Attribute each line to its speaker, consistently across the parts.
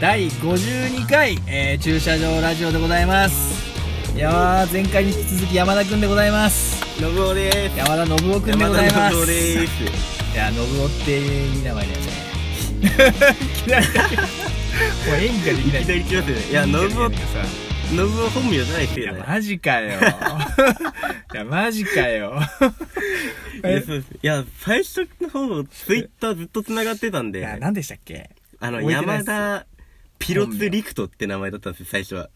Speaker 1: 第52回、えー駐車場ラジオでございますいやー前回に引き続き山田くんでございます
Speaker 2: 信夫です
Speaker 1: 山田信夫くんでございます
Speaker 2: 山田信夫です
Speaker 1: いや信夫っていい名前だよね もう演技ができ
Speaker 2: い
Speaker 1: ない
Speaker 2: きなり来ますよねいや
Speaker 1: 演技がで
Speaker 2: 信
Speaker 1: きな
Speaker 2: 夫
Speaker 1: んだけどさ
Speaker 2: 信夫本名じゃないせい
Speaker 1: いや、
Speaker 2: だよ
Speaker 1: マジかよ。いや、マジかよ。
Speaker 2: いやそうですいや最初の方ツイッターずっと繋がってたん
Speaker 1: い
Speaker 2: で
Speaker 1: や、何でしたっけ
Speaker 2: あの
Speaker 1: 覚えてないっ
Speaker 2: 山
Speaker 1: す
Speaker 2: 田ピロツリクトって名前だったんですよ最初は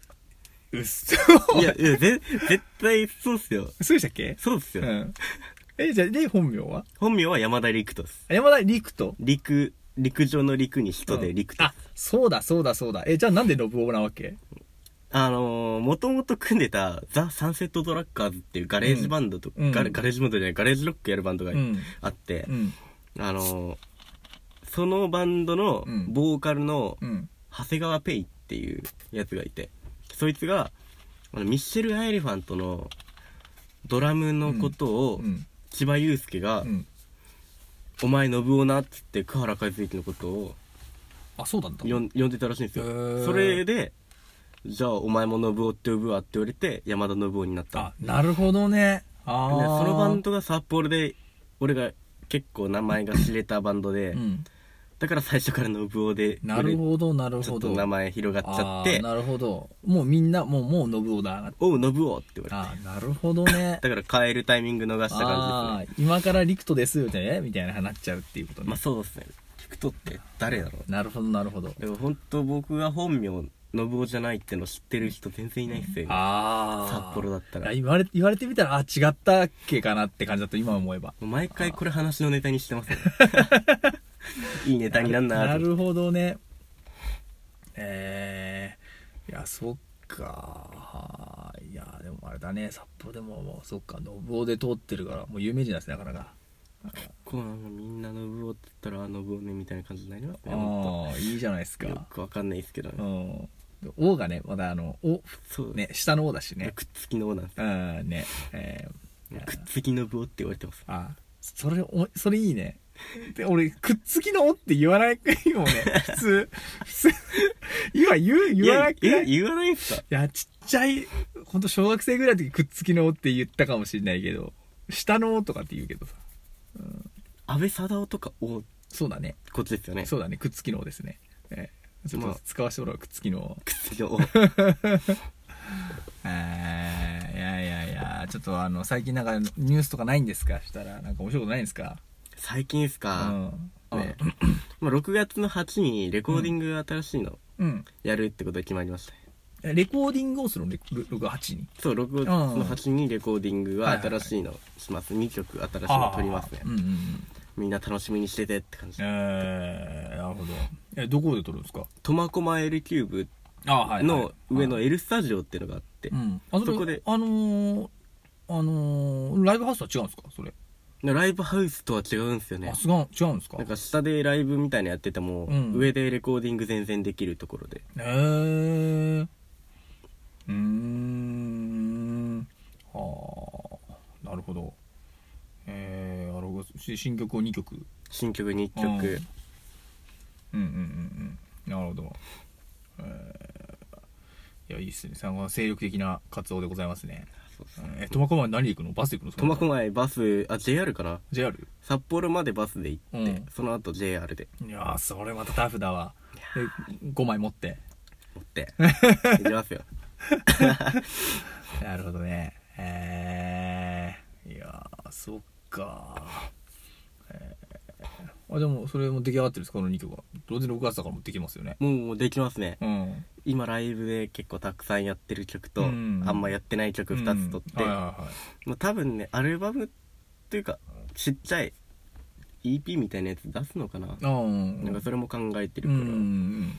Speaker 1: うっ そ。
Speaker 2: いやいやぜ 絶対そうっすよ
Speaker 1: そうでしたっけ
Speaker 2: そうっすよ、
Speaker 1: ん。え、じゃあ、で、本名は
Speaker 2: 本名は山田陸斗っす
Speaker 1: あ山田陸と。
Speaker 2: 陸陸上の陸に人
Speaker 1: う
Speaker 2: で
Speaker 1: ん
Speaker 2: 陸斗、
Speaker 1: あ、そうだ、そうだ、そうだ。え、じゃあなんで信夫なわけ
Speaker 2: あのー、もともと組んでたザ・サンセット・ドラッカーズっていうガレージバンドと、
Speaker 1: うん
Speaker 2: ガレ
Speaker 1: うん
Speaker 2: ガレージバンドじゃないガレージロックやるバンドが
Speaker 1: うん
Speaker 2: あって
Speaker 1: う、ん。
Speaker 2: あのー、そのバンドの
Speaker 1: うん
Speaker 2: ボーカルの
Speaker 1: うん。
Speaker 2: 長谷川ペイっていうやつがいてそいつがあのミッシェル・アエレファントのドラムのこと
Speaker 1: う
Speaker 2: を
Speaker 1: ん。
Speaker 2: 千葉雄介が
Speaker 1: うん。
Speaker 2: 「お前信夫な」っつって桑原和之のことを
Speaker 1: あ、そうなんだ。
Speaker 2: よん呼んでたらしいんです
Speaker 1: へー
Speaker 2: よそれで「じゃあお前も信夫って呼ぶわ」って言われて山田信夫になった
Speaker 1: あ、なるほどね。あ
Speaker 2: で
Speaker 1: ー
Speaker 2: そのバンドが札幌で俺が結構名前が知れたバンドで、
Speaker 1: うん。
Speaker 2: だから最初から信夫で
Speaker 1: なるほど、なる
Speaker 2: ちょ
Speaker 1: ほ
Speaker 2: っ
Speaker 1: ど。
Speaker 2: と名前広がっちゃって
Speaker 1: あーなるほど。もうみんな、もう、もう信夫だな
Speaker 2: 「おう信夫」って言わ
Speaker 1: あ
Speaker 2: れて
Speaker 1: ーなるほど ね。
Speaker 2: だから変えるタイミング逃した感じ
Speaker 1: あ
Speaker 2: で
Speaker 1: あー今から陸斗ですよねみたいな話になっちゃうっていうこと
Speaker 2: すね
Speaker 1: ね、
Speaker 2: まあそうですね聞くとって誰だろ
Speaker 1: なるほどなるほど
Speaker 2: うでも本当僕が本名信夫じゃないっての知ってる人全然いないっすよね
Speaker 1: ああ
Speaker 2: 札幌だったら
Speaker 1: 言われ言われてみたらあ違ったっけかなって感じだった今思えば
Speaker 2: 毎回これ話のネタにしてます ねいいネタになんな
Speaker 1: な
Speaker 2: ーと
Speaker 1: るほどねえー、いやそっかいやでもあれだね札幌でももうそっか信夫で通ってるからもう有名人なんですねなかなか
Speaker 2: こうなんかみんな信夫って言ったらあ信夫ねみたいな感じになりますね本
Speaker 1: ああいいじゃないです
Speaker 2: 当よ
Speaker 1: か
Speaker 2: くわかんないですけど
Speaker 1: う
Speaker 2: ね
Speaker 1: んで王がねまだあの「お
Speaker 2: そう」
Speaker 1: ね下の王だしね
Speaker 2: くっつきの王なんです
Speaker 1: うんねえーいや
Speaker 2: くっつき信夫って言われてます
Speaker 1: あそれおそれいいねで俺くっつきのおって言わない よね普通普通 今言う言わなく
Speaker 2: い
Speaker 1: な
Speaker 2: や
Speaker 1: い
Speaker 2: え
Speaker 1: い
Speaker 2: 言わないんすか
Speaker 1: やちっちゃいほんと小学生ぐらいの時くっつきのおって言ったかもしれないけど下のおとかって言うけどさ
Speaker 2: 安倍貞夫とか王
Speaker 1: そうだね
Speaker 2: こっちですよね
Speaker 1: そうだねくっつきのおですね、えーちょっ
Speaker 2: ま
Speaker 1: と
Speaker 2: あ
Speaker 1: 使わせてもらうくっつきのお
Speaker 2: くっつきの王
Speaker 1: えーいやいやいやちょっとあの最近なんかニュースとかないんですかしたらなんか面白いことないんですか
Speaker 2: 最近ですか、
Speaker 1: うん
Speaker 2: ねまあ、6月の8にレコーディング新しいの
Speaker 1: うん
Speaker 2: やるってことが決まりましたね、
Speaker 1: えレコーディングをするのレレ6 8に
Speaker 2: そう6月の8にレコーディング
Speaker 1: はいは
Speaker 2: が
Speaker 1: いはい
Speaker 2: 新しいのします、2曲新しいの撮りますね
Speaker 1: あーうんうんうん
Speaker 2: みんな楽しみにしててって感じ
Speaker 1: えー、なるほどえどこで撮るんですか
Speaker 2: 苫小牧 L キューブ
Speaker 1: あは
Speaker 2: の上の
Speaker 1: 絵
Speaker 2: L スタジオっていうのがあって、
Speaker 1: うん、あそ
Speaker 2: そ
Speaker 1: こ
Speaker 2: こ
Speaker 1: で
Speaker 2: で
Speaker 1: あのー、あのー、ライブハウスとは違うんですかそれ、
Speaker 2: ライブハウスとは違うんですよね
Speaker 1: あすが違うんですか
Speaker 2: なんか下でライブみたいなのやってても、
Speaker 1: うん
Speaker 2: 上でレコーディング全然できるところ
Speaker 1: へ
Speaker 2: で
Speaker 1: えー、うーんはあなるほどえー、あのし新曲を2曲
Speaker 2: 新曲2曲、
Speaker 1: うんうんうんうんうんなるほど、えー、いやいいっすねさあ精力的な活動でございますね、
Speaker 2: そうそう
Speaker 1: うん、え苫小牧何で行くのバスで行くのその
Speaker 2: 苫小牧バスあ JR かな
Speaker 1: JR?
Speaker 2: 札幌までバスで行っ
Speaker 1: う
Speaker 2: て、
Speaker 1: ん
Speaker 2: その後 JR で
Speaker 1: いやーそれまたタフだわ5枚持って
Speaker 2: 持って 行きますよ
Speaker 1: なるほどねえー、いやーそっかえー、あでもそれも出来上がってるんですかこの2曲は同時に6月だから持ってきますよね
Speaker 2: もうもうできますね
Speaker 1: うん
Speaker 2: 今ライブで結構たくさんやってる曲と、
Speaker 1: うん
Speaker 2: あんまやってない曲2つ撮って、
Speaker 1: うんはいはいはい
Speaker 2: もう多分ねアルバムっていうかちっちゃい EP みたいなやつ出すのかな、
Speaker 1: あーうん
Speaker 2: なんかそれも考えてる
Speaker 1: う
Speaker 2: から、
Speaker 1: ん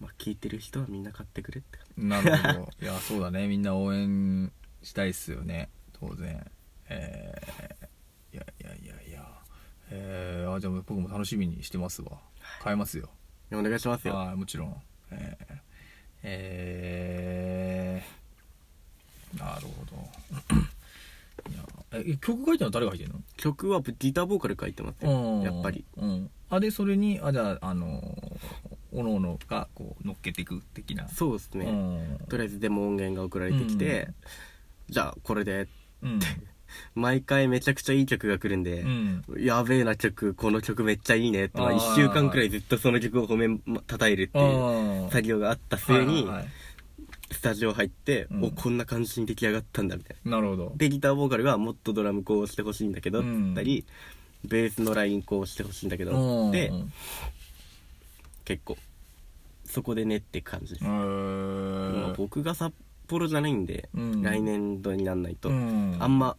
Speaker 2: まあ、聞いてる人はみんな買ってくれって感
Speaker 1: なるほどいやそうだねみんな応援したいっすよね当然えー、いやいやいやいやえー、あじゃあ僕も楽しみにしてますわ買えますよ
Speaker 2: じお願いしますよ
Speaker 1: はいもちろんえー、えー、なるほどいやえ曲書いてるの誰が書いてるの
Speaker 2: 曲はギターボーカル書いてますよやっぱり
Speaker 1: うんあでそれにあじゃああのーおのおのがこう乗っけていく的な
Speaker 2: そうです
Speaker 1: う
Speaker 2: ね、
Speaker 1: ん
Speaker 2: とりあえずデモ音源が送られてきて、じゃあこれで
Speaker 1: うん
Speaker 2: 毎回めちゃくちゃいい曲が来るんで
Speaker 1: う、ん
Speaker 2: やべえな曲この曲めっちゃいいねとか
Speaker 1: あー
Speaker 2: 1週間くらいずっとその曲を褒めま叩いるっていう
Speaker 1: あ
Speaker 2: 作業があった末
Speaker 1: は
Speaker 2: に
Speaker 1: いはいはい
Speaker 2: スタジオ入って、
Speaker 1: うん
Speaker 2: おこんな感じに出来上がったんだみたいな
Speaker 1: なるほど
Speaker 2: でギターボーカルはもっとドラムこうしてほしいんだけど
Speaker 1: う
Speaker 2: っ
Speaker 1: ん
Speaker 2: つったり、ベースのラインこうしてほしいんだけ
Speaker 1: う
Speaker 2: ど
Speaker 1: ん
Speaker 2: で
Speaker 1: うん
Speaker 2: 結構そこでねって感じです、
Speaker 1: へ
Speaker 2: まあ
Speaker 1: ー
Speaker 2: 僕が札幌じゃないんで、
Speaker 1: うん
Speaker 2: 来年度になんないと、
Speaker 1: うん
Speaker 2: あんま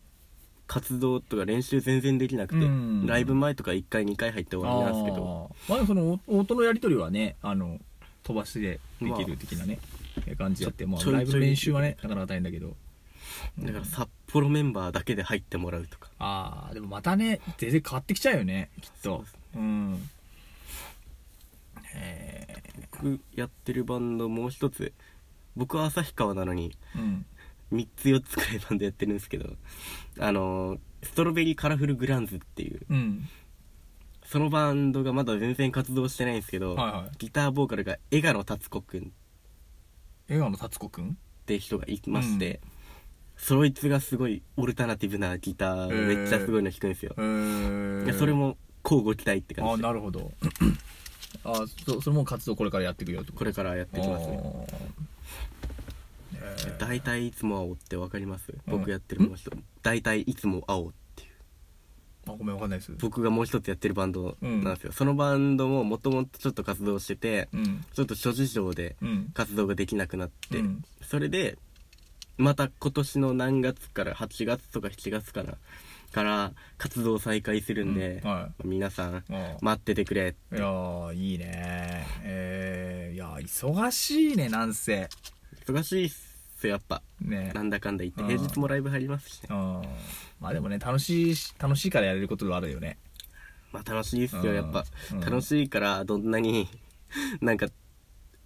Speaker 2: 活動とか練習全然できなくて、
Speaker 1: うん
Speaker 2: ライブ前とか1回2回入って終わりなんですけど
Speaker 1: あーまあでもそのお音のやり取りはねあの飛ばしでできる的なね、え感じやって、まあ、
Speaker 2: ちょいちょい
Speaker 1: ライブの練習はねなかなか大変だけど
Speaker 2: だから札幌メンバーだけで入ってもらうとか
Speaker 1: ああでもまたね全然変わってきちゃうよねきっ
Speaker 2: そう
Speaker 1: と
Speaker 2: です
Speaker 1: うんえ
Speaker 2: 僕やってるバンドもう一つ僕は旭川なのに
Speaker 1: ーうん
Speaker 2: 3つ4つくらいバンドやってるんですけどあのーストロベリーカラフルグランズっていう
Speaker 1: うん
Speaker 2: そのバンドがまだ全然活動してないんですけど、
Speaker 1: はいはい
Speaker 2: ギターボーカルが江川の達子くんっ
Speaker 1: 笑顔の達子くん
Speaker 2: て人がいまして、そいつがすごいオルタナティブなギターめっちゃすごいの弾くんですよ、
Speaker 1: えー
Speaker 2: いやそれも交互期待って
Speaker 1: あ
Speaker 2: 感じで
Speaker 1: なるほどあーそそれも活動これからやっていくよって
Speaker 2: これからやっていきますね大体いつも青ってわかります
Speaker 1: うん
Speaker 2: 僕やってるもう一つ大体いつも青っていう
Speaker 1: あーあごめんわかんないです
Speaker 2: 僕がもう一つやってるバンドなんですよ、そのバンドももともとちょっと活動してて
Speaker 1: うん
Speaker 2: ちょっと諸事情で
Speaker 1: うん
Speaker 2: 活動ができなくなって、
Speaker 1: うん
Speaker 2: それでまた今年の何月から8月とか7月かなから活動再開するんで、
Speaker 1: うんはい
Speaker 2: 皆さん
Speaker 1: あー
Speaker 2: 待っててくれ
Speaker 1: いやーいいねえー、いやー忙しいねなんせ
Speaker 2: 忙しいっすよやっぱ
Speaker 1: ね
Speaker 2: なんだかんだ言って
Speaker 1: うん
Speaker 2: 平日もライブ入りますしね
Speaker 1: うんまあでもね楽しいし楽しいからやれることではあるよね
Speaker 2: まあ楽しいっすよやっぱ、
Speaker 1: うん
Speaker 2: 楽しいからどんなに なんか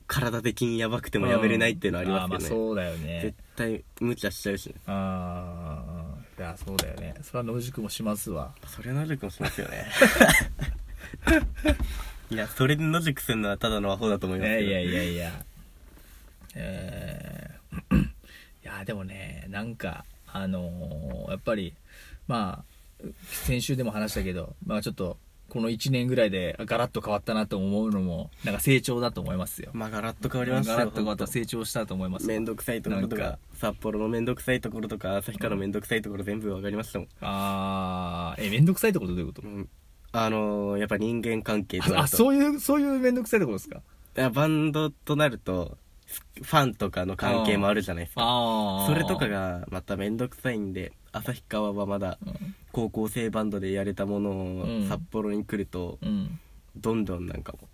Speaker 2: 体的にやばくてもやめれないっていうのはありますけど
Speaker 1: うん
Speaker 2: ね、
Speaker 1: あーまあそうだよね
Speaker 2: 絶対無茶しちゃうしね
Speaker 1: ああいやそうだよねそれは野宿もしますわ
Speaker 2: それ野宿もしますよね いやそれで野宿するのはただのアホだと思い
Speaker 1: い
Speaker 2: ますけ
Speaker 1: や
Speaker 2: ど
Speaker 1: いやいやいやえーいやでもねなんかあのーやっぱりまあ先週でも話したけどまあちょっとこの1年ぐらいでガラッと変わったなと思うのもなんか成長だと思いますよ
Speaker 2: まあガラッと変
Speaker 1: ガ
Speaker 2: わりま
Speaker 1: ラ
Speaker 2: した
Speaker 1: ッと変わった成長したと思います
Speaker 2: めんどくさいところと
Speaker 1: なん
Speaker 2: か
Speaker 1: か
Speaker 2: 札幌のめんどくさいところとか旭川のめんどくさいところ全部わかりましたもん、
Speaker 1: ああえめんどくさいってことどういうこと
Speaker 2: うんあのー、やっぱ人間関係とな
Speaker 1: あ
Speaker 2: る
Speaker 1: あ
Speaker 2: と
Speaker 1: そういうそういうめんどくさいところですか
Speaker 2: いやバンドとなるとファンとかの関係もあるじゃないですか
Speaker 1: ああ
Speaker 2: それとかがまためんどくさいんで旭川はまだ
Speaker 1: うん
Speaker 2: 高校生バンドでやれたもの
Speaker 1: う
Speaker 2: を
Speaker 1: ん
Speaker 2: 札幌に来ると
Speaker 1: うん
Speaker 2: どんどんなんかも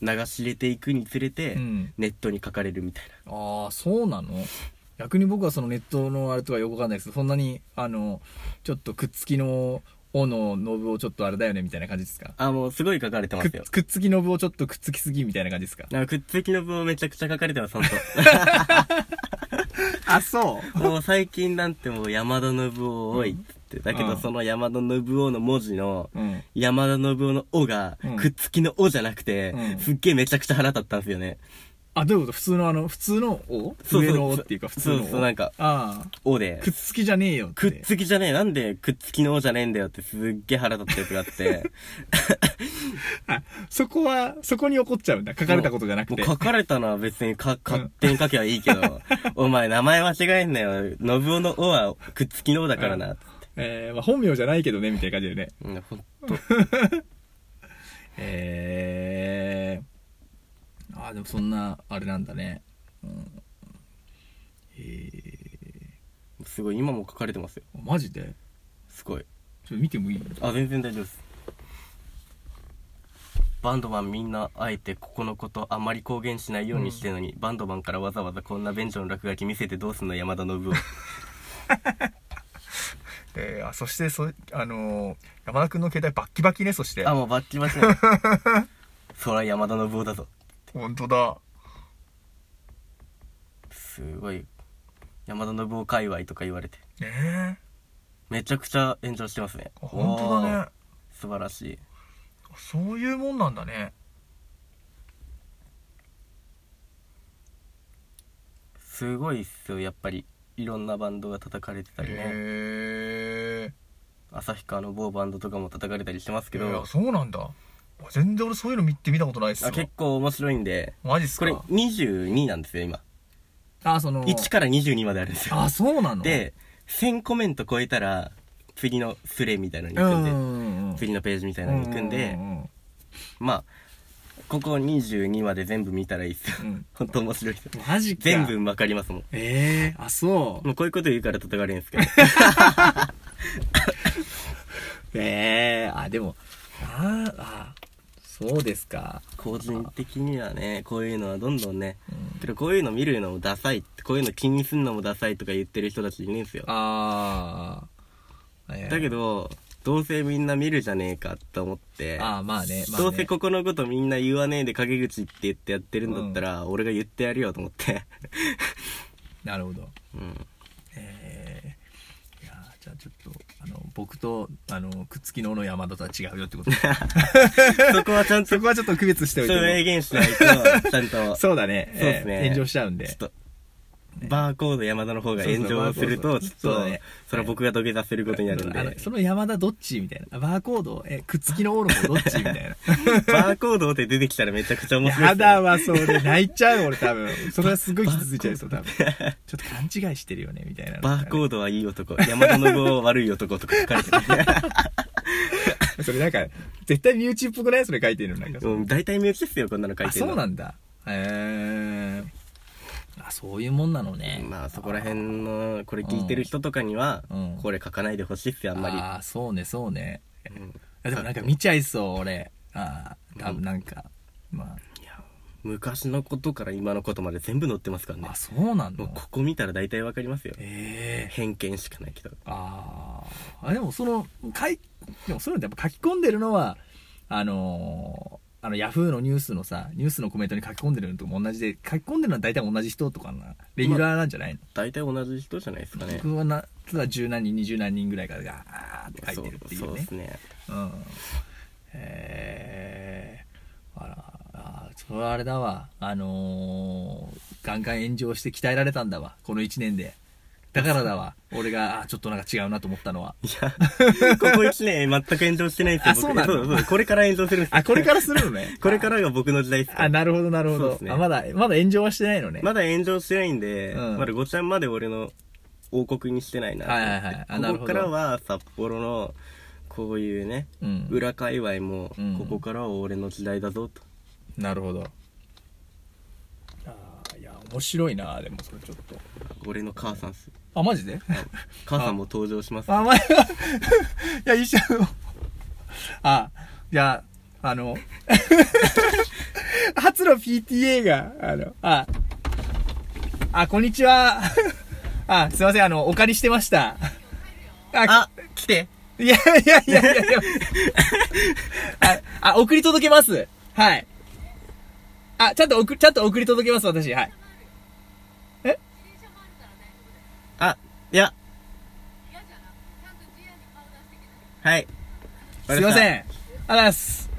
Speaker 2: う流し入れていくにつれて
Speaker 1: うん
Speaker 2: ネットに書かれるみたい
Speaker 1: ああそうなの逆に僕はそのネットのあれとかよくわかんないですそんなにあのちょっとくっつきの「お」のノブをちょっとあれだよねみたいな感じですか
Speaker 2: なあもうすごい書かれてま
Speaker 1: くっ
Speaker 2: すよ
Speaker 1: くっつきノブをちょっとくっつきすぎみたいな感じですか
Speaker 2: なんかくっつきの部分めちゃくちゃ書かれてますほん と
Speaker 1: あそ
Speaker 2: もう最近なんてもう山田信夫多いっつって、だけ
Speaker 1: う
Speaker 2: ど
Speaker 1: ん
Speaker 2: その山田信夫の文字の
Speaker 1: う、うん、
Speaker 2: 山田信夫の「お」が
Speaker 1: うん
Speaker 2: くっつきの「お」じゃなくて、
Speaker 1: うん
Speaker 2: すっげえめちゃくちゃ腹立ったんですよね
Speaker 1: あどういうこと普通のあの普通の「お」
Speaker 2: そうそう
Speaker 1: 上の「お」っていうか普通の「お」
Speaker 2: そうそうなんか
Speaker 1: ああ
Speaker 2: 「お」で
Speaker 1: くっつきじゃねえよって
Speaker 2: くっつきじゃねえなんでくっつきの「お」じゃねえんだよってすっげえ腹立ったやつがあって
Speaker 1: あそこはそこに怒っちゃうんだ 書かれたことじゃなく
Speaker 2: も
Speaker 1: て
Speaker 2: う書かれたのは別にか勝手に書けばいいけど、 お前名前間違えんなよ信夫の「お」はくっつきの「お」だからな、
Speaker 1: えーまあ、本名じゃないけどねみたいな感じでね
Speaker 2: うんほん
Speaker 1: へえー、あーでもそんなあれなんだねうんへえ
Speaker 2: すごい今も書かれてますよ
Speaker 1: ー、マジです
Speaker 2: ごい
Speaker 1: ちょっと見てもいい
Speaker 2: あ全然大丈夫ですバンドマンみんなあえてここのことあまり公言しないようにしてるのに、バンドマンからわざわざこんな便所の落書き見せてどうすんの山田信夫
Speaker 1: えー、あそしてそあの山田君の携帯バッキバキねそして
Speaker 2: あもうバッチバチなそら山田信夫だぞ
Speaker 1: 本当だ
Speaker 2: すごい山田信夫界隈とか言われて
Speaker 1: ええ
Speaker 2: めちゃくちゃ炎上してますねおー素晴らしい
Speaker 1: そういうもんなんだね
Speaker 2: すごいっすよやっぱりいろんなバンドが叩かれてたりね
Speaker 1: へえ
Speaker 2: 旭川の某バンドとかも叩かれたりしてますけど
Speaker 1: そうなんだ全然俺そういうの見て見たことないっす
Speaker 2: あ
Speaker 1: よ
Speaker 2: 結構面白いんで
Speaker 1: マジっす
Speaker 2: こ
Speaker 1: か
Speaker 2: れ22なんですよ今
Speaker 1: あその
Speaker 2: 1から22まであるんですよ
Speaker 1: あそうなの
Speaker 2: で1000コメント超えたら次のスレみたいなのに
Speaker 1: う
Speaker 2: 行く
Speaker 1: ん
Speaker 2: ん
Speaker 1: う
Speaker 2: で、
Speaker 1: んうん
Speaker 2: 次のページみたいなのに行くんで、
Speaker 1: ううん
Speaker 2: まあここ22まで全部見たらいいっすよ、
Speaker 1: うん
Speaker 2: 本当面白いっすよ
Speaker 1: マジか
Speaker 2: 全部わかりますもん
Speaker 1: ええあそう
Speaker 2: もうこういうこと言うから叩かれるんですけど
Speaker 1: ええあでもあーあそうですか
Speaker 2: 個人的にはねこういうのはどんどんね
Speaker 1: うん
Speaker 2: けどこういうの見るのもダサいってこういうの気にすんのもダサいとか言ってる人たちいるんですよ
Speaker 1: ああ、えー
Speaker 2: だけどどうせみんな見るじゃねえかと思って
Speaker 1: あーまあねまあね
Speaker 2: どうせここのことみんな言わねえで陰口って言ってやってるんだったら、俺が言ってやるよと思って、
Speaker 1: なるほど
Speaker 2: うん、
Speaker 1: えーいやーじゃあちょっとあの僕とあのくっつきのの山田とは違うよ ってこと
Speaker 2: そこはちゃんと
Speaker 1: そこはちょっと区別しておい
Speaker 2: そ
Speaker 1: て
Speaker 2: う明
Speaker 1: も
Speaker 2: 言しないとちゃんと
Speaker 1: そうだね
Speaker 2: そうですね
Speaker 1: えー炎上しちゃうんで
Speaker 2: ちょっと、バーコード山田の方が炎上する
Speaker 1: そう
Speaker 2: と
Speaker 1: そう
Speaker 2: ちょっ
Speaker 1: そう
Speaker 2: と
Speaker 1: だね
Speaker 2: それは僕が土下座することになるんで
Speaker 1: あ のその山田どっちみたいなあバーコードえくっつきのオロコどっちみたいな
Speaker 2: バーコードって出てきたらめちゃくちゃ面白い
Speaker 1: や
Speaker 2: っすね
Speaker 1: だわそれ泣いちゃう俺多分 それはすごい傷ついちゃいそう多分ちょっと勘違いしてるよねみたいな
Speaker 2: バーコ
Speaker 1: ー
Speaker 2: ードはいい男山田の子は悪い男とか書か れてるね
Speaker 1: ドそれなんか絶対身内っぽくないそれ書いてるのなんかその
Speaker 2: うん大体身内ですよこんなの書い
Speaker 1: あ
Speaker 2: てる
Speaker 1: そう
Speaker 2: の
Speaker 1: なんだへえあそういうもんなのね
Speaker 2: まあそこら辺のこれ聞いてる人とかには
Speaker 1: うん
Speaker 2: これ書かないでほしいっすよあんまり
Speaker 1: ああそうねそうね
Speaker 2: うん
Speaker 1: いやでもなんか見ちゃいそう俺ああ多分なんか、ま
Speaker 2: いや昔のことから今のことまで全部載ってますからね
Speaker 1: ああそうな
Speaker 2: もう
Speaker 1: の
Speaker 2: ここ見たら大体わかりますよ
Speaker 1: ええ
Speaker 2: 偏見しかないけど
Speaker 1: あーあでもそのかいでもそういうのってやっぱ書き込んでるのはあのーあのヤフーのニュースのさニュースのコメントに書き込んでるのとも同じで書き込んでるのは大体同じ人とかなレギュラーなんじゃないの、
Speaker 2: 大体同じ人じゃないですかね
Speaker 1: 僕はなただ十何人二十何人ぐらいがガーって書いてるってい
Speaker 2: そううで
Speaker 1: ね
Speaker 2: すね
Speaker 1: うんえー、あらあーそれはあれだわあのー、ガンガン炎上して鍛えられたんだわこの1年でだからだわ俺があーちょっとなんか違うなと思ったのはい
Speaker 2: や、ここ1年全く炎上してないんですよ、
Speaker 1: あそうなの
Speaker 2: そうそうこれから炎上するんですよ
Speaker 1: あ これからするのね
Speaker 2: これからが僕の時代です
Speaker 1: あ
Speaker 2: から。
Speaker 1: なるほどなるほ
Speaker 2: そう
Speaker 1: ど
Speaker 2: で、すね
Speaker 1: あまだまだ炎上はしてないのね、
Speaker 2: まだ炎上してないんで、
Speaker 1: うん
Speaker 2: まだごちゃんまで俺の王国にしてないなと思って。
Speaker 1: はいはいはいあなるほ
Speaker 2: こ
Speaker 1: ど
Speaker 2: こからは札幌の、こういうね、
Speaker 1: うん
Speaker 2: 裏界隈も
Speaker 1: うん、
Speaker 2: ここからは俺の時代だぞと。
Speaker 1: なるほどあーいや面白いなでもそれちょっと
Speaker 2: 俺の母さんっす。
Speaker 1: あマジで
Speaker 2: 母さんも登場します。
Speaker 1: あまあ いや一緒のあじゃああの 初の PTA があのああこんにちはあすいませんあのお借りしてました
Speaker 2: あ、来て
Speaker 1: いやいやいやいや いや。あ、あ送り届けます。はい。あ、ちゃんと送、ちゃんと送り届けます、私。はい。
Speaker 2: あ、いや。はい。
Speaker 1: すいません。あ
Speaker 2: ん。
Speaker 1: りがとうございます。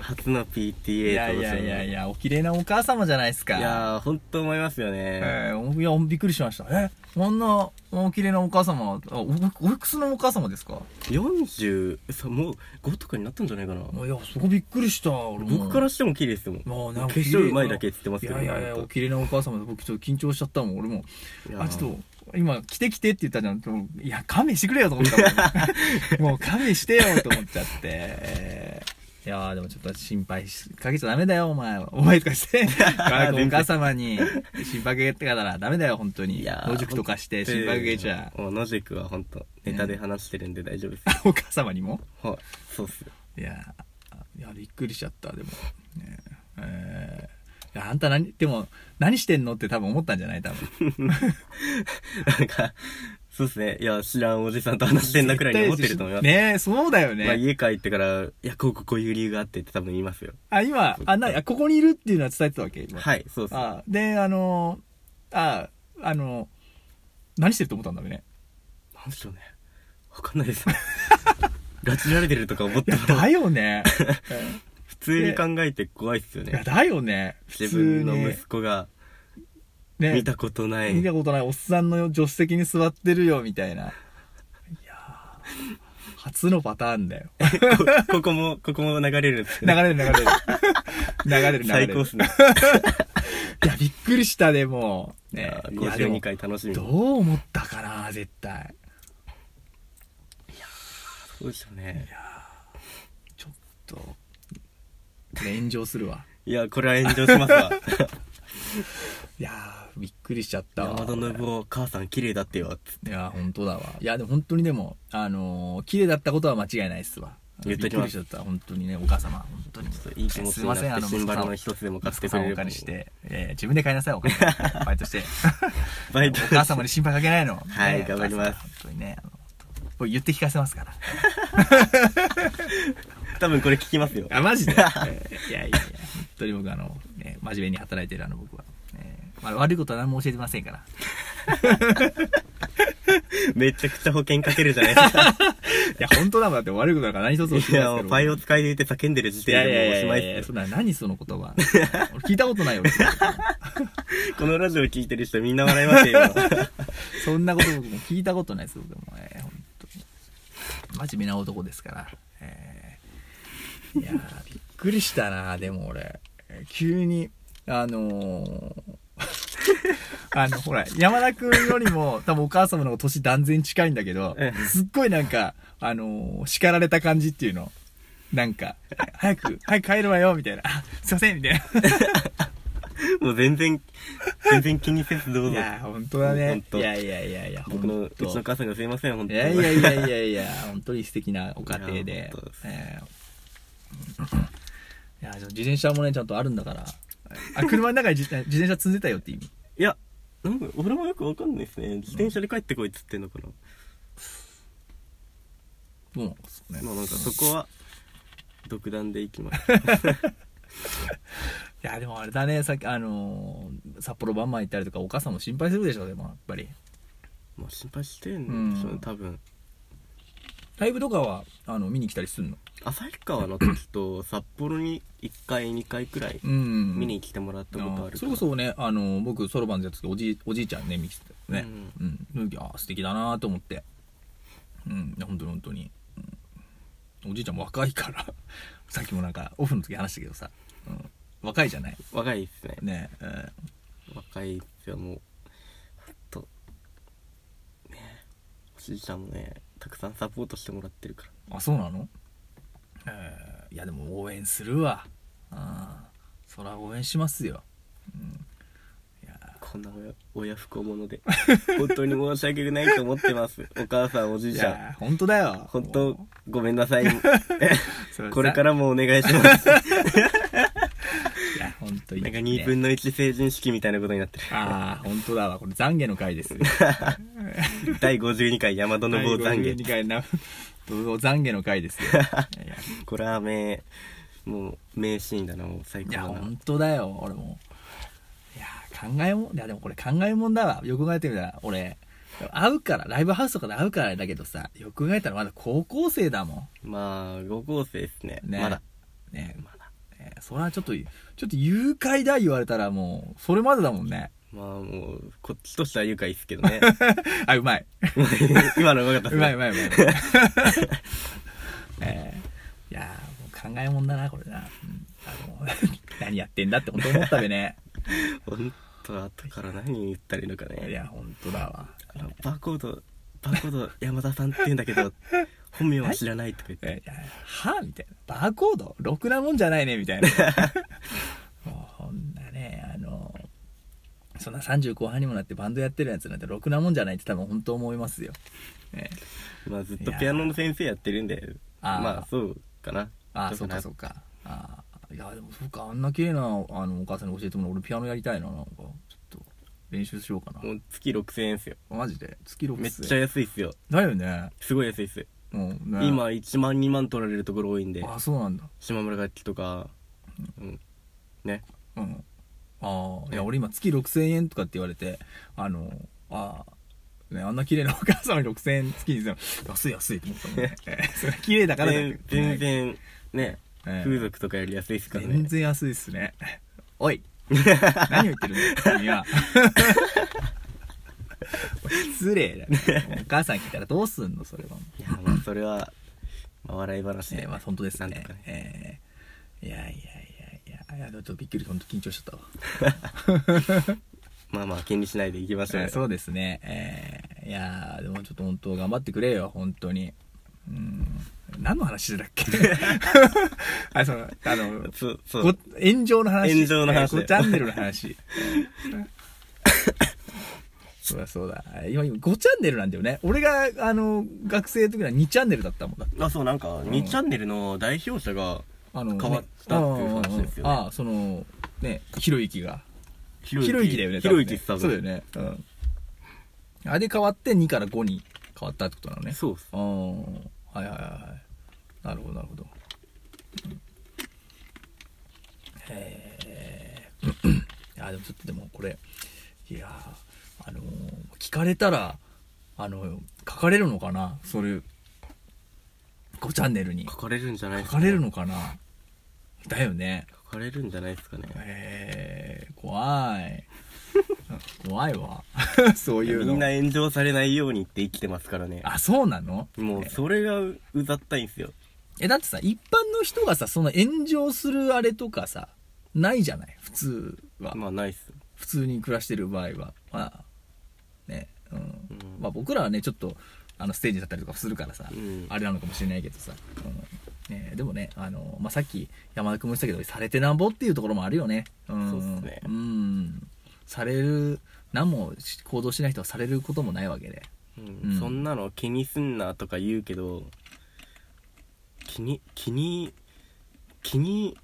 Speaker 2: 初の PTA
Speaker 1: いやいやいやい
Speaker 2: や。
Speaker 1: や、お綺麗なお母様じゃないですか。
Speaker 2: いやー、ほんと思いますよね。
Speaker 1: えー、いや、びっくりしました。え、こんなお綺麗なお母様、あお、おいくつのお母様ですか
Speaker 2: 40さもう5とかになったんじゃないかない
Speaker 1: や、そこびっくりした。俺も
Speaker 2: 僕からしても綺麗ですもん
Speaker 1: もう
Speaker 2: 化
Speaker 1: なんか
Speaker 2: 粧うまいだけって言ってますけど
Speaker 1: いやいやいやお綺麗なお母様で僕ちょっと緊張しちゃったもん俺も
Speaker 2: いやー
Speaker 1: あちょっと今来て来てって言ったじゃんでもいや勘弁してくれよと思った もんもう勘弁してよと思っちゃってえーいやーでもちょっと心配しかけちゃダメだよお前お前とかして 我が子お母様に心配かけてからダメだよ本当に野宿とかして心配かけちゃ
Speaker 2: う野宿は本当ネタで話してるんで大丈夫です、
Speaker 1: お母様にも
Speaker 2: はいそうっす
Speaker 1: いやーいやびっくりしちゃったでも、ねえーいやあんた何でも何してんのって多分思ったんじゃない多 分
Speaker 2: なんかそうっすねいや知らんおじさんと話してんなくらいに思ってると思います、
Speaker 1: ねえそうだよ
Speaker 2: ま
Speaker 1: ね、
Speaker 2: あ、家帰ってから「いやこうこうこういう理由があって」って多分言いますよ
Speaker 1: あ今あなあここにいるっていうのは伝えてたわけ今
Speaker 2: はいそうっす
Speaker 1: あであのーああのー何してると思ったんだろうね
Speaker 2: なんでしょうね わかんないです拉致られてるとか思って
Speaker 1: い や
Speaker 2: た
Speaker 1: だよね
Speaker 2: 普通に考えて怖いっすよ
Speaker 1: いや
Speaker 2: ね。
Speaker 1: だよね普
Speaker 2: 自
Speaker 1: 通
Speaker 2: 分
Speaker 1: に
Speaker 2: の息子が
Speaker 1: ね
Speaker 2: 見たことない。
Speaker 1: 見たことないおっさんの助手席に座ってるよみたいないやー初のパターンだよ
Speaker 2: こここも、ここも流れるんです
Speaker 1: 流
Speaker 2: ね。
Speaker 1: れる流 れる流れる流れ
Speaker 2: 最高っ
Speaker 1: る
Speaker 2: すね。
Speaker 1: いやびっくりしたでもうねいやでも
Speaker 2: 52回楽しみ。
Speaker 1: ど
Speaker 2: そう
Speaker 1: 思ったかな絶対
Speaker 2: うですよね。
Speaker 1: ちょっと炎上するわ
Speaker 2: いや、これは炎上しま すわ。
Speaker 1: いやーびっくりしちゃったわ
Speaker 2: 山田信夫、母さん綺麗だってよ。
Speaker 1: いや本当だわいやでも本当にでもあのー綺麗だったことは間違いないっすわ
Speaker 2: 言っときます
Speaker 1: びっくりしちゃった本当にねお母様本当に
Speaker 2: ちょっといい気持ち
Speaker 1: すい
Speaker 2: に
Speaker 1: ません
Speaker 2: な
Speaker 1: あ
Speaker 2: って、
Speaker 1: の
Speaker 2: 新
Speaker 1: 息子
Speaker 2: バ
Speaker 1: さ
Speaker 2: ラ
Speaker 1: ん
Speaker 2: の
Speaker 1: を
Speaker 2: 一つでも買っ
Speaker 1: 息
Speaker 2: て
Speaker 1: 子
Speaker 2: く
Speaker 1: さんを
Speaker 2: れ
Speaker 1: お
Speaker 2: る
Speaker 1: 借りして、えー自分で買いなさいお金バイトして
Speaker 2: バイト
Speaker 1: お母様に心配かけないの
Speaker 2: はい頑張りま
Speaker 1: お母
Speaker 2: す
Speaker 1: 様本当にねあの僕言って聞かせますから
Speaker 2: 多分これ聞 きますよ。
Speaker 1: あマジでいやいやいや本当に僕あの、ね、真面目に働いてるあの僕は、ねまあ、悪いことは何も教えてませんから
Speaker 2: めちゃくちゃ保険かけるじゃないですか。
Speaker 1: いや本当だもんだって悪いことなんか何一つ教え
Speaker 2: い
Speaker 1: て
Speaker 2: や、
Speaker 1: ま
Speaker 2: も
Speaker 1: せ
Speaker 2: うんパイを使いで言って叫んでる時
Speaker 1: いや
Speaker 2: 点
Speaker 1: いやい
Speaker 2: でもうお
Speaker 1: や
Speaker 2: し
Speaker 1: い
Speaker 2: ま
Speaker 1: や
Speaker 2: い
Speaker 1: い
Speaker 2: っ
Speaker 1: や
Speaker 2: す
Speaker 1: そ
Speaker 2: よ
Speaker 1: んな何その言葉俺聞いたことないよ俺
Speaker 2: このラジオ聞いてる人みんな笑いますよ。今
Speaker 1: そんなこと僕も聞いたことないです僕も、えー、本当に真面目な男ですから、えーいやーびっくりしたなでも俺えー急にあのー あのほら山田君よりも多分お母様の方が年断然近いんだけど
Speaker 2: ええ
Speaker 1: すっごいなんか、あのー叱られた感じっていうのなんか「早く早く帰るわよ」みたいなあ「すいません」みたいな
Speaker 2: もう全然、全然気にせずどう
Speaker 1: い
Speaker 2: ぞ。
Speaker 1: やー本当だ
Speaker 2: ほん
Speaker 1: ね
Speaker 2: と
Speaker 1: いやいやいやいや
Speaker 2: 僕の、
Speaker 1: ほん
Speaker 2: うち
Speaker 1: と
Speaker 2: の母さんがすいません、本当
Speaker 1: い
Speaker 2: に。
Speaker 1: やいやいやいやいや、本当に素敵なお家庭
Speaker 2: い
Speaker 1: で
Speaker 2: や本当です。
Speaker 1: えーいや、でも自転車もね、ちゃんとあるんだから。あ、車の中に自転自転車積んでたよって意味。
Speaker 2: いや、なんか俺もよくわかんないですね。自転車で帰ってこいっつってんのかな。
Speaker 1: もう、そうね。
Speaker 2: まあなんかそこは、独断でいきます。
Speaker 1: いや、でもあれだね、さっき、あのー札幌バンマン行ったりとか、お母さんも心配するでしょ、でも、やっぱり。
Speaker 2: まあ心配してんでしょ
Speaker 1: う
Speaker 2: うね
Speaker 1: ん、
Speaker 2: 多分。
Speaker 1: ライブとかは、あの、見に来たりするの
Speaker 2: 旭川の時と札幌に1回、2回くらい
Speaker 1: うん。
Speaker 2: 見に来てもらったことあるから
Speaker 1: あーそれこそね、あのー僕、ソロバンでやってた時おじい、おじいちゃんね、見てたよね。うん、うん、いやー素敵だなーと思ってうんいや本当に本当に、うん、おじいちゃんも若いから さっきもなんかオフの時話したけどさ、うん、若いじゃない
Speaker 2: 若いっすね
Speaker 1: ねえ、うん
Speaker 2: 若いっすよもうほんとねおじいちゃんもねたくさんサポートしてもらってるから
Speaker 1: あそうなのえーいやでも応援するわあそら応援しますよ、うん、いや
Speaker 2: こんな親親不孝者 で本当に申し訳ないと思ってますお母さんおじい
Speaker 1: い
Speaker 2: ちゃん
Speaker 1: や本当だよ
Speaker 2: 本
Speaker 1: も
Speaker 2: 当
Speaker 1: う
Speaker 2: ごめんな さい
Speaker 1: そさ
Speaker 2: これからもお願いしま す
Speaker 1: いや本当に
Speaker 2: なんか2分の1成人式みたいなことになって
Speaker 1: ああ本当だわこれ懺悔の回ですよ
Speaker 2: る第52回山田の坊懺悔
Speaker 1: 52回な懺悔の回 ですよいや
Speaker 2: これは名もう名シーンだなもう最
Speaker 1: い
Speaker 2: 高
Speaker 1: や
Speaker 2: だな
Speaker 1: 本当だよ俺もいや考えもんいやでもこれ考えもんだわよく考えてみたら俺会うからライブハウスとかで会うからあれだけどさよく考えたらまだ高校生だも
Speaker 2: まあ高校生ですね
Speaker 1: んね
Speaker 2: まだ
Speaker 1: ね
Speaker 2: まだ
Speaker 1: ねそれはちょっとちょっと誘拐だ言われたらもうそれまでだもんね
Speaker 2: まあもうこっちとしては愉快ですけどね
Speaker 1: あうまい
Speaker 2: 今のうまかったっ
Speaker 1: う
Speaker 2: す
Speaker 1: まい
Speaker 2: ね
Speaker 1: うまいうまい えーいやーもう考えもんだなこれな、うんあの 何やってんだって本当思ったべね
Speaker 2: ほんと後から何言ったらいいのかね
Speaker 1: いや本当だわ
Speaker 2: あのバーコードバーコード山田さんって言うんだけ ど本名は知らないとか言って
Speaker 1: えいやはみたいなバーコードろくなもんじゃないねみたい なもうこんなねあのそんな30後半にもなってバンドやってるやつなんてろくなもんじゃないって多分本当思いますよ、ね、
Speaker 2: まあずっとピアノの先生やってるんで
Speaker 1: あー
Speaker 2: まあそうかな
Speaker 1: ああ
Speaker 2: ち
Speaker 1: そ
Speaker 2: ょ
Speaker 1: う
Speaker 2: っと
Speaker 1: か
Speaker 2: な
Speaker 1: そうかあーいやでもそうかあんな綺麗なあのお母さんに教えてもらう俺ピアノやりたいななんかちょっと練習しようかな
Speaker 2: もう月6000円っすよ
Speaker 1: マジで月6
Speaker 2: めっちゃ安いっすよ
Speaker 1: だよね
Speaker 2: すごい安いっすよ、
Speaker 1: もうね
Speaker 2: 今1万2万取られるところ多いんで
Speaker 1: あそうなんだ
Speaker 2: 島村楽器とか、うん、ね
Speaker 1: うんああい
Speaker 2: ね
Speaker 1: や俺今月6000円とかって言われてあのああね、あんな綺麗なお母さんに6000円月にするの安い安いって思ったもんねそれ綺麗だからだけ
Speaker 2: 全
Speaker 1: ど
Speaker 2: 全然ね
Speaker 1: ええ
Speaker 2: 風俗とかより安いですから
Speaker 1: 全
Speaker 2: ね
Speaker 1: 然安いっすね。おい 何を言ってるんだ君は。 失礼だよ。お母さん来たらどうすんのそれはもう。
Speaker 2: いやまあそれは、まあ、笑い話
Speaker 1: え
Speaker 2: で
Speaker 1: ーまあ本当ですね。
Speaker 2: なんとかね
Speaker 1: えーいやいやいやいや、いやちょっとびっくり、本当緊張しちゃったわ。
Speaker 2: まあまあ気にしないでいきましょう
Speaker 1: え
Speaker 2: よ
Speaker 1: ーそうですね。えーいやーでもちょっと本当頑張ってくれよ、本当に。うん。何の話だっ けあ、その、あの、
Speaker 2: そうそう
Speaker 1: ご炎上の話。
Speaker 2: 炎上の話
Speaker 1: えーごチャンネルの話。 そうだそうだ。今、今5チャンネルなんだよね。俺が、あの、学生の時は2チャンネルだったもんだって。
Speaker 2: あそうなんか2チャンネルの代表者が
Speaker 1: あの、
Speaker 2: 変わったっていう話ですよね
Speaker 1: ああああああ、その、ね、ひろゆきが。
Speaker 2: ひ
Speaker 1: ひろゆきだよね。
Speaker 2: ひろゆき
Speaker 1: 多
Speaker 2: っ
Speaker 1: 分そ
Speaker 2: て多分
Speaker 1: うだよね。うん。あれで変わって2から5に変わったってことなのね。
Speaker 2: そうっす
Speaker 1: あーはいはいはいなるほどなるほど、うんへえあでもちょっとでもこれいやーあのー聞かれたらあの書かれるのかなそれ5チャンネルに
Speaker 2: 書かれるんじゃない
Speaker 1: 書
Speaker 2: です
Speaker 1: かれるのかなだよね
Speaker 2: 書かれるんじゃないですかね
Speaker 1: へえ怖い うん怖いわ そういうの
Speaker 2: みんな炎上されないようにって生きてますからね
Speaker 1: あそうなの
Speaker 2: もうそれがううざったいんですよ
Speaker 1: え、だってさ、一般の人がさ、その炎上するあれとかさ、ないじゃない普通は。
Speaker 2: まあないっす
Speaker 1: 普通に暮らしてる場合は。まあ、ね、うん。
Speaker 2: うん
Speaker 1: まあ僕らはね、ちょっと、あの、ステージだったりとかするからさ、
Speaker 2: うん
Speaker 1: あれなのかもしれないけどさ。うんね、でもね、あの、まあ、さっき山田君も言ってたけど、されてなんぼっていうところもあるよね。うん。
Speaker 2: そうっすね
Speaker 1: うん。される、何もし行動しない人はされることもないわけで。
Speaker 2: うん
Speaker 1: うん
Speaker 2: そんなの気にすんなとか言うけど気に気に気に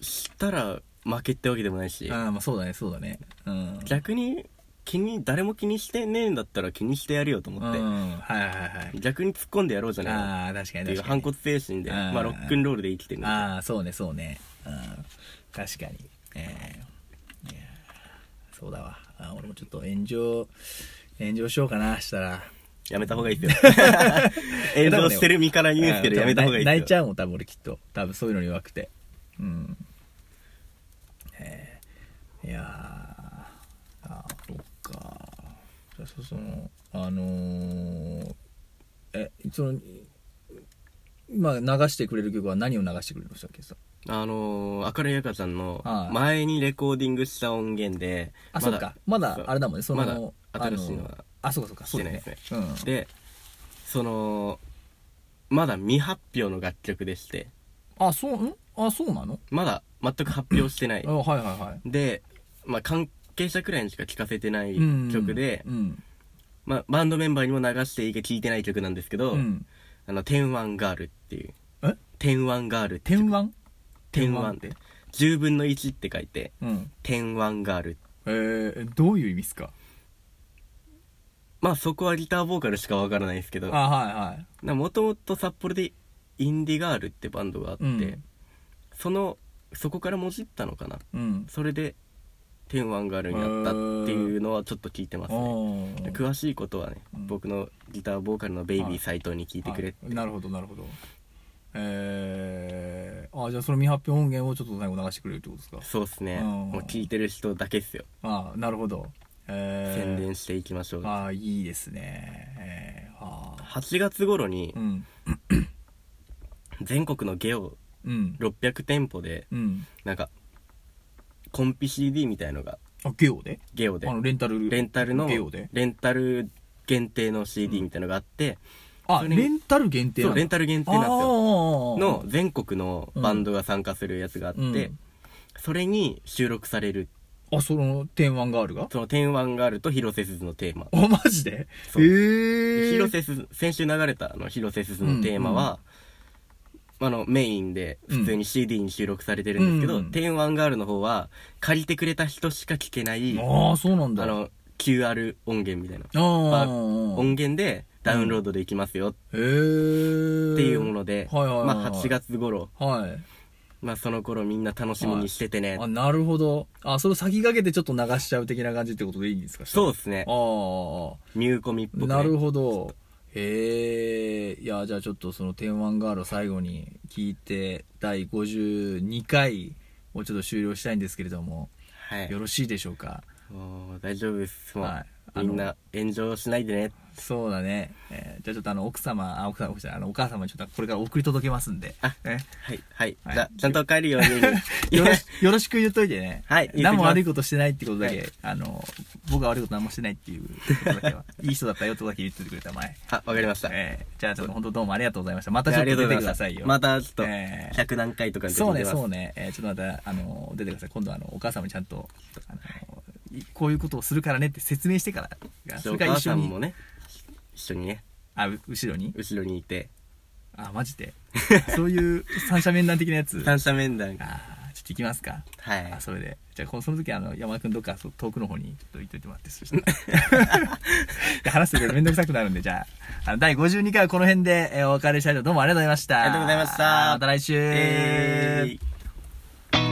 Speaker 2: したら負けってわけでもないし
Speaker 1: ああ、まあそうだね、そうだね。うん。
Speaker 2: 逆に気に誰も気にしてねえんだったら気にしてやるよと思
Speaker 1: う
Speaker 2: っ
Speaker 1: ん。はいはいはい。
Speaker 2: て逆に突っ込んでやろうじゃないか
Speaker 1: ああ、確か
Speaker 2: っ
Speaker 1: に確かに。
Speaker 2: ていう反骨精神で
Speaker 1: あー
Speaker 2: まあロックンロールで生きてるんで
Speaker 1: ああ、そうね、そうね。うん。確かに。ええいやーそうだわ。あー俺もちょっと炎上、炎上しようかな、したら。
Speaker 2: やめた方がい いですよ炎上してる身から言うんですけどやめた方がい
Speaker 1: あー多分
Speaker 2: い
Speaker 1: 泣い
Speaker 2: です
Speaker 1: ち
Speaker 2: よ
Speaker 1: ゃうもん、多分俺きっと。多分そういうのに弱くて。うん。ええいやーあー、そっか。じゃあそその、あのー、え、その、今流してくれる曲は何を流してくれるんでしたっけさ
Speaker 2: あのー、明るい赤ちゃんの
Speaker 1: はい
Speaker 2: 前にレコーディングした音源で
Speaker 1: あ、そっか。まだ、あれだもんね。その、
Speaker 2: まだ新しいの
Speaker 1: あ
Speaker 2: は
Speaker 1: あ、そうかそうか。そうだね
Speaker 2: してな
Speaker 1: う
Speaker 2: い。
Speaker 1: ん。
Speaker 2: でそのまだ未発表の楽曲でして
Speaker 1: あ、そうんあ、そうなの
Speaker 2: まだ全く発表してない
Speaker 1: あはいはいは
Speaker 2: で、まあ、関係者くらいにしか聴かせてない
Speaker 1: い。うん
Speaker 2: 曲で、
Speaker 1: うん。
Speaker 2: まあ、バンドメンバーにも流していいか聴いてない曲なんですけど「
Speaker 1: うん。
Speaker 2: あの天腕ガール」っていう
Speaker 1: え
Speaker 2: 「天腕ガール」って
Speaker 1: 天腕
Speaker 2: 天腕って10分の1って書いて
Speaker 1: うん。
Speaker 2: 「天腕ガール
Speaker 1: えー、どういう意味っすか」
Speaker 2: まあそこはギターボーカルしかわからないですけ
Speaker 1: あ、
Speaker 2: ど
Speaker 1: はいはい。
Speaker 2: もともと札幌でインディガールってバンドがあって、
Speaker 1: うん
Speaker 2: そのそこからもじったのかな
Speaker 1: うん。
Speaker 2: それで天腕ガールになったっていうのはちょっと聞いてますね
Speaker 1: おー
Speaker 2: で詳しいことはね、
Speaker 1: うん
Speaker 2: 僕のギターボーカルのベイビー斎藤に聞いてくれって、
Speaker 1: あなるほど、なるほど。えー、あ、じゃあその未発表音源をちょっと最後流してくれるってことですか
Speaker 2: そうっすね
Speaker 1: うん
Speaker 2: もう聞いてる人だけっすよ、
Speaker 1: あなるほど。えー、
Speaker 2: 宣伝していきましょう
Speaker 1: あいいですね。えー、あー
Speaker 2: 8月頃に
Speaker 1: うん。
Speaker 2: 全国のゲオ
Speaker 1: うん。
Speaker 2: 600店舗で
Speaker 1: うん。
Speaker 2: なんかコンピ CD みたいのが
Speaker 1: あ、ゲオで
Speaker 2: ゲオで
Speaker 1: あの、レンタル。
Speaker 2: レンタルの
Speaker 1: ゲオで
Speaker 2: レンタル限定の CD みたいのがあって、
Speaker 1: あ、
Speaker 2: それに
Speaker 1: レンタル限定
Speaker 2: そうレンタ
Speaker 1: ル
Speaker 2: ル限定
Speaker 1: あ
Speaker 2: なんですよ
Speaker 1: ー
Speaker 2: の、全国のバンドが参加するやつがあって、
Speaker 1: うん
Speaker 2: それに収録される
Speaker 1: あ、その、天腕ガールが
Speaker 2: その「天腕がある」と「広瀬すず」のテーマ、
Speaker 1: あ、マジでえ
Speaker 2: そう
Speaker 1: ー。
Speaker 2: 広瀬すず先週流れたあの広瀬すずのテーマは、あのメインで普通に CD に収録されてるんですけど
Speaker 1: う
Speaker 2: 「
Speaker 1: ん
Speaker 2: 天腕がある」の方は借りてくれた人しか聴けないあ
Speaker 1: ああ、そうなんだ。
Speaker 2: の QR 音源みたいな
Speaker 1: あ
Speaker 2: バ
Speaker 1: あ。
Speaker 2: 音源でダウンロードできますよっ
Speaker 1: へー。
Speaker 2: ていうもので、
Speaker 1: うんはいはいはいはい
Speaker 2: まあ、8月頃
Speaker 1: はい。
Speaker 2: まあその頃みんな楽しみにしててね、
Speaker 1: あ、なるほど。あ、それを先駆けてちょっと流しちゃう的な感じってことでいいんですか
Speaker 2: そう
Speaker 1: で
Speaker 2: ですね
Speaker 1: ああ。
Speaker 2: 入込みっぽく、ね、
Speaker 1: なるほど。へえいやじゃあちょっとその「天腕ガール」を最後に聞いて第52回をちょっと終了したいんですけれども、
Speaker 2: はい
Speaker 1: よろしいでしょうか
Speaker 2: もう大丈夫ですもう、
Speaker 1: はいあの
Speaker 2: みんな炎上しないでね
Speaker 1: そうだね、えーじゃあちょっとあの奥様あ奥様奥様あのお母様にちょっとこれから送り届けますんで
Speaker 2: あ
Speaker 1: ね、
Speaker 2: はいはい、
Speaker 1: はい
Speaker 2: じゃあちゃんと帰るように
Speaker 1: よ ろしよろしく言っといてね、
Speaker 2: はい言っときます
Speaker 1: 何も悪いことしてないってことだけ、
Speaker 2: は
Speaker 1: あの僕は悪いこと何もしてないっていうことだけ はいい人だったよとだけ言っててくれたまえ
Speaker 2: あわかりました、
Speaker 1: えーじゃあちょっと本当どうもありがとうございましたま
Speaker 2: じ
Speaker 1: た
Speaker 2: ゃ
Speaker 1: ち
Speaker 2: あ
Speaker 1: ょ
Speaker 2: あ
Speaker 1: っ
Speaker 2: り
Speaker 1: と
Speaker 2: がと
Speaker 1: 出
Speaker 2: うご
Speaker 1: て
Speaker 2: ざい
Speaker 1: く
Speaker 2: ま
Speaker 1: ださいよ
Speaker 2: したまたちょっと
Speaker 1: えー
Speaker 2: 100何回とかで
Speaker 1: そうね、そう
Speaker 2: ね
Speaker 1: ね。えーちょっとまた、あの、出てください。今度、あの、お母様にちゃんと、あの、いこういうことをするからねって説明してから、そ
Speaker 2: お
Speaker 1: れから
Speaker 2: 母
Speaker 1: 一
Speaker 2: さ
Speaker 1: 緒
Speaker 2: んも
Speaker 1: に、
Speaker 2: ね一緒にね
Speaker 1: あ、う後ろに
Speaker 2: 後ろにいて
Speaker 1: あ、マジで。そういう三者面談的なやつ。あ
Speaker 2: 三者面
Speaker 1: ー
Speaker 2: 談
Speaker 1: ちょっと行きますか。
Speaker 2: はい
Speaker 1: あ、それで。じゃあ、こその時、あの、山田くんどっかそう遠くの方にちょっと行っといてもらって、そしたら。話すとめんどくさくなるんで、じゃあ、あの第52回はこの辺で、えーお別れしたいと、どうもありがとうございました。
Speaker 2: ありがとうございました
Speaker 1: また来週。
Speaker 2: えー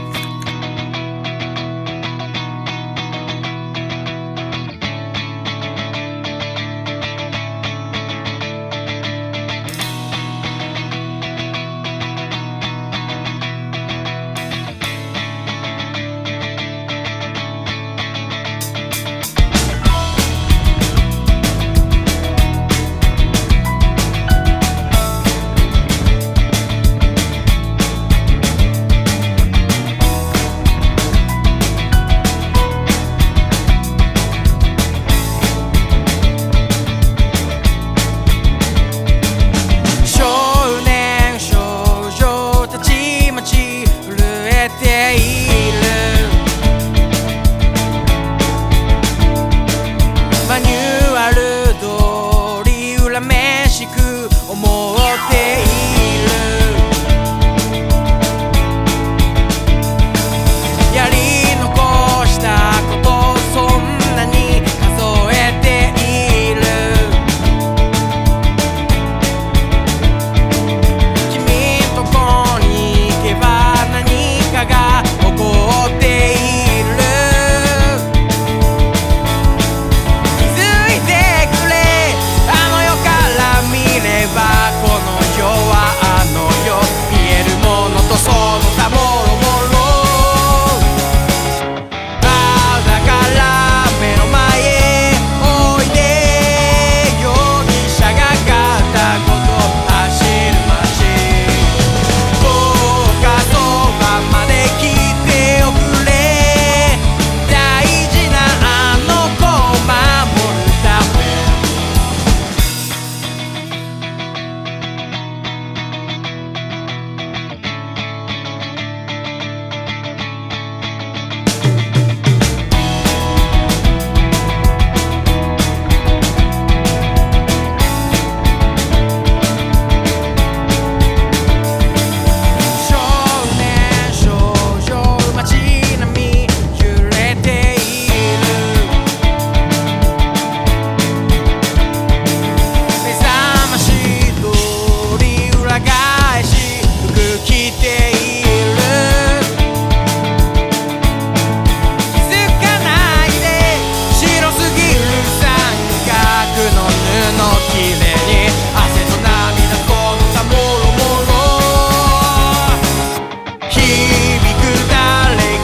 Speaker 3: 少年少女たちまち震えているマニュアル通り恨めしく思っているやり残したことそんなに数えている「君とこに行けば何かが起こっている」「気づいてくれあの世から見ればこの世はあの世」「見えるものとその他もろもろ」「だから目の前へおいで」「容疑者が語ったこと走る街」「どうかそばまで来ておくれ」「大事なあの子を守るため」少年少女街並み揺れている目覚まし通り裏返し服着ている気づかないで白すぎる三角の布きれいに汗と涙このさもろもろ響く誰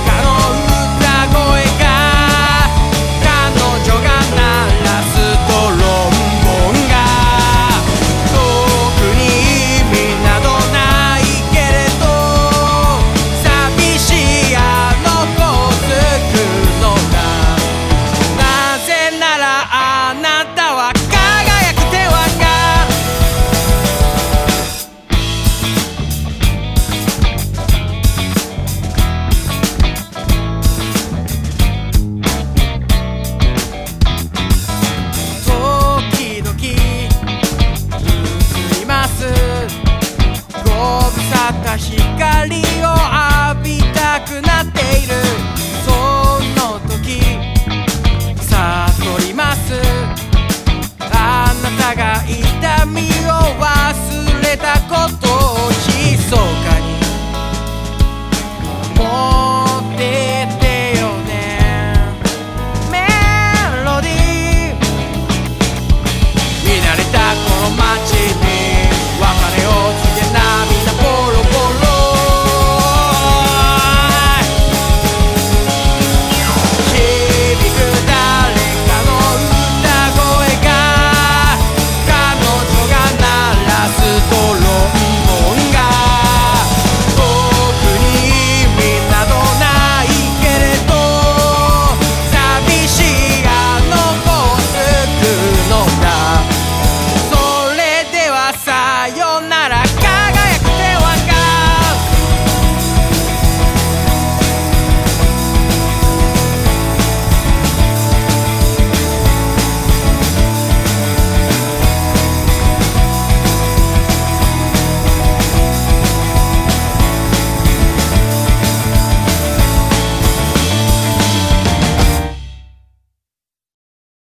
Speaker 3: かの歌声が彼女が鳴らすドロンボンが特に意味などないけれど寂しいあの子を救うのだなぜならあなたは輝く手腕が時々映りますご無沙汰光を浴びたくなっているその時悟りますあなたが痛みを忘れたこと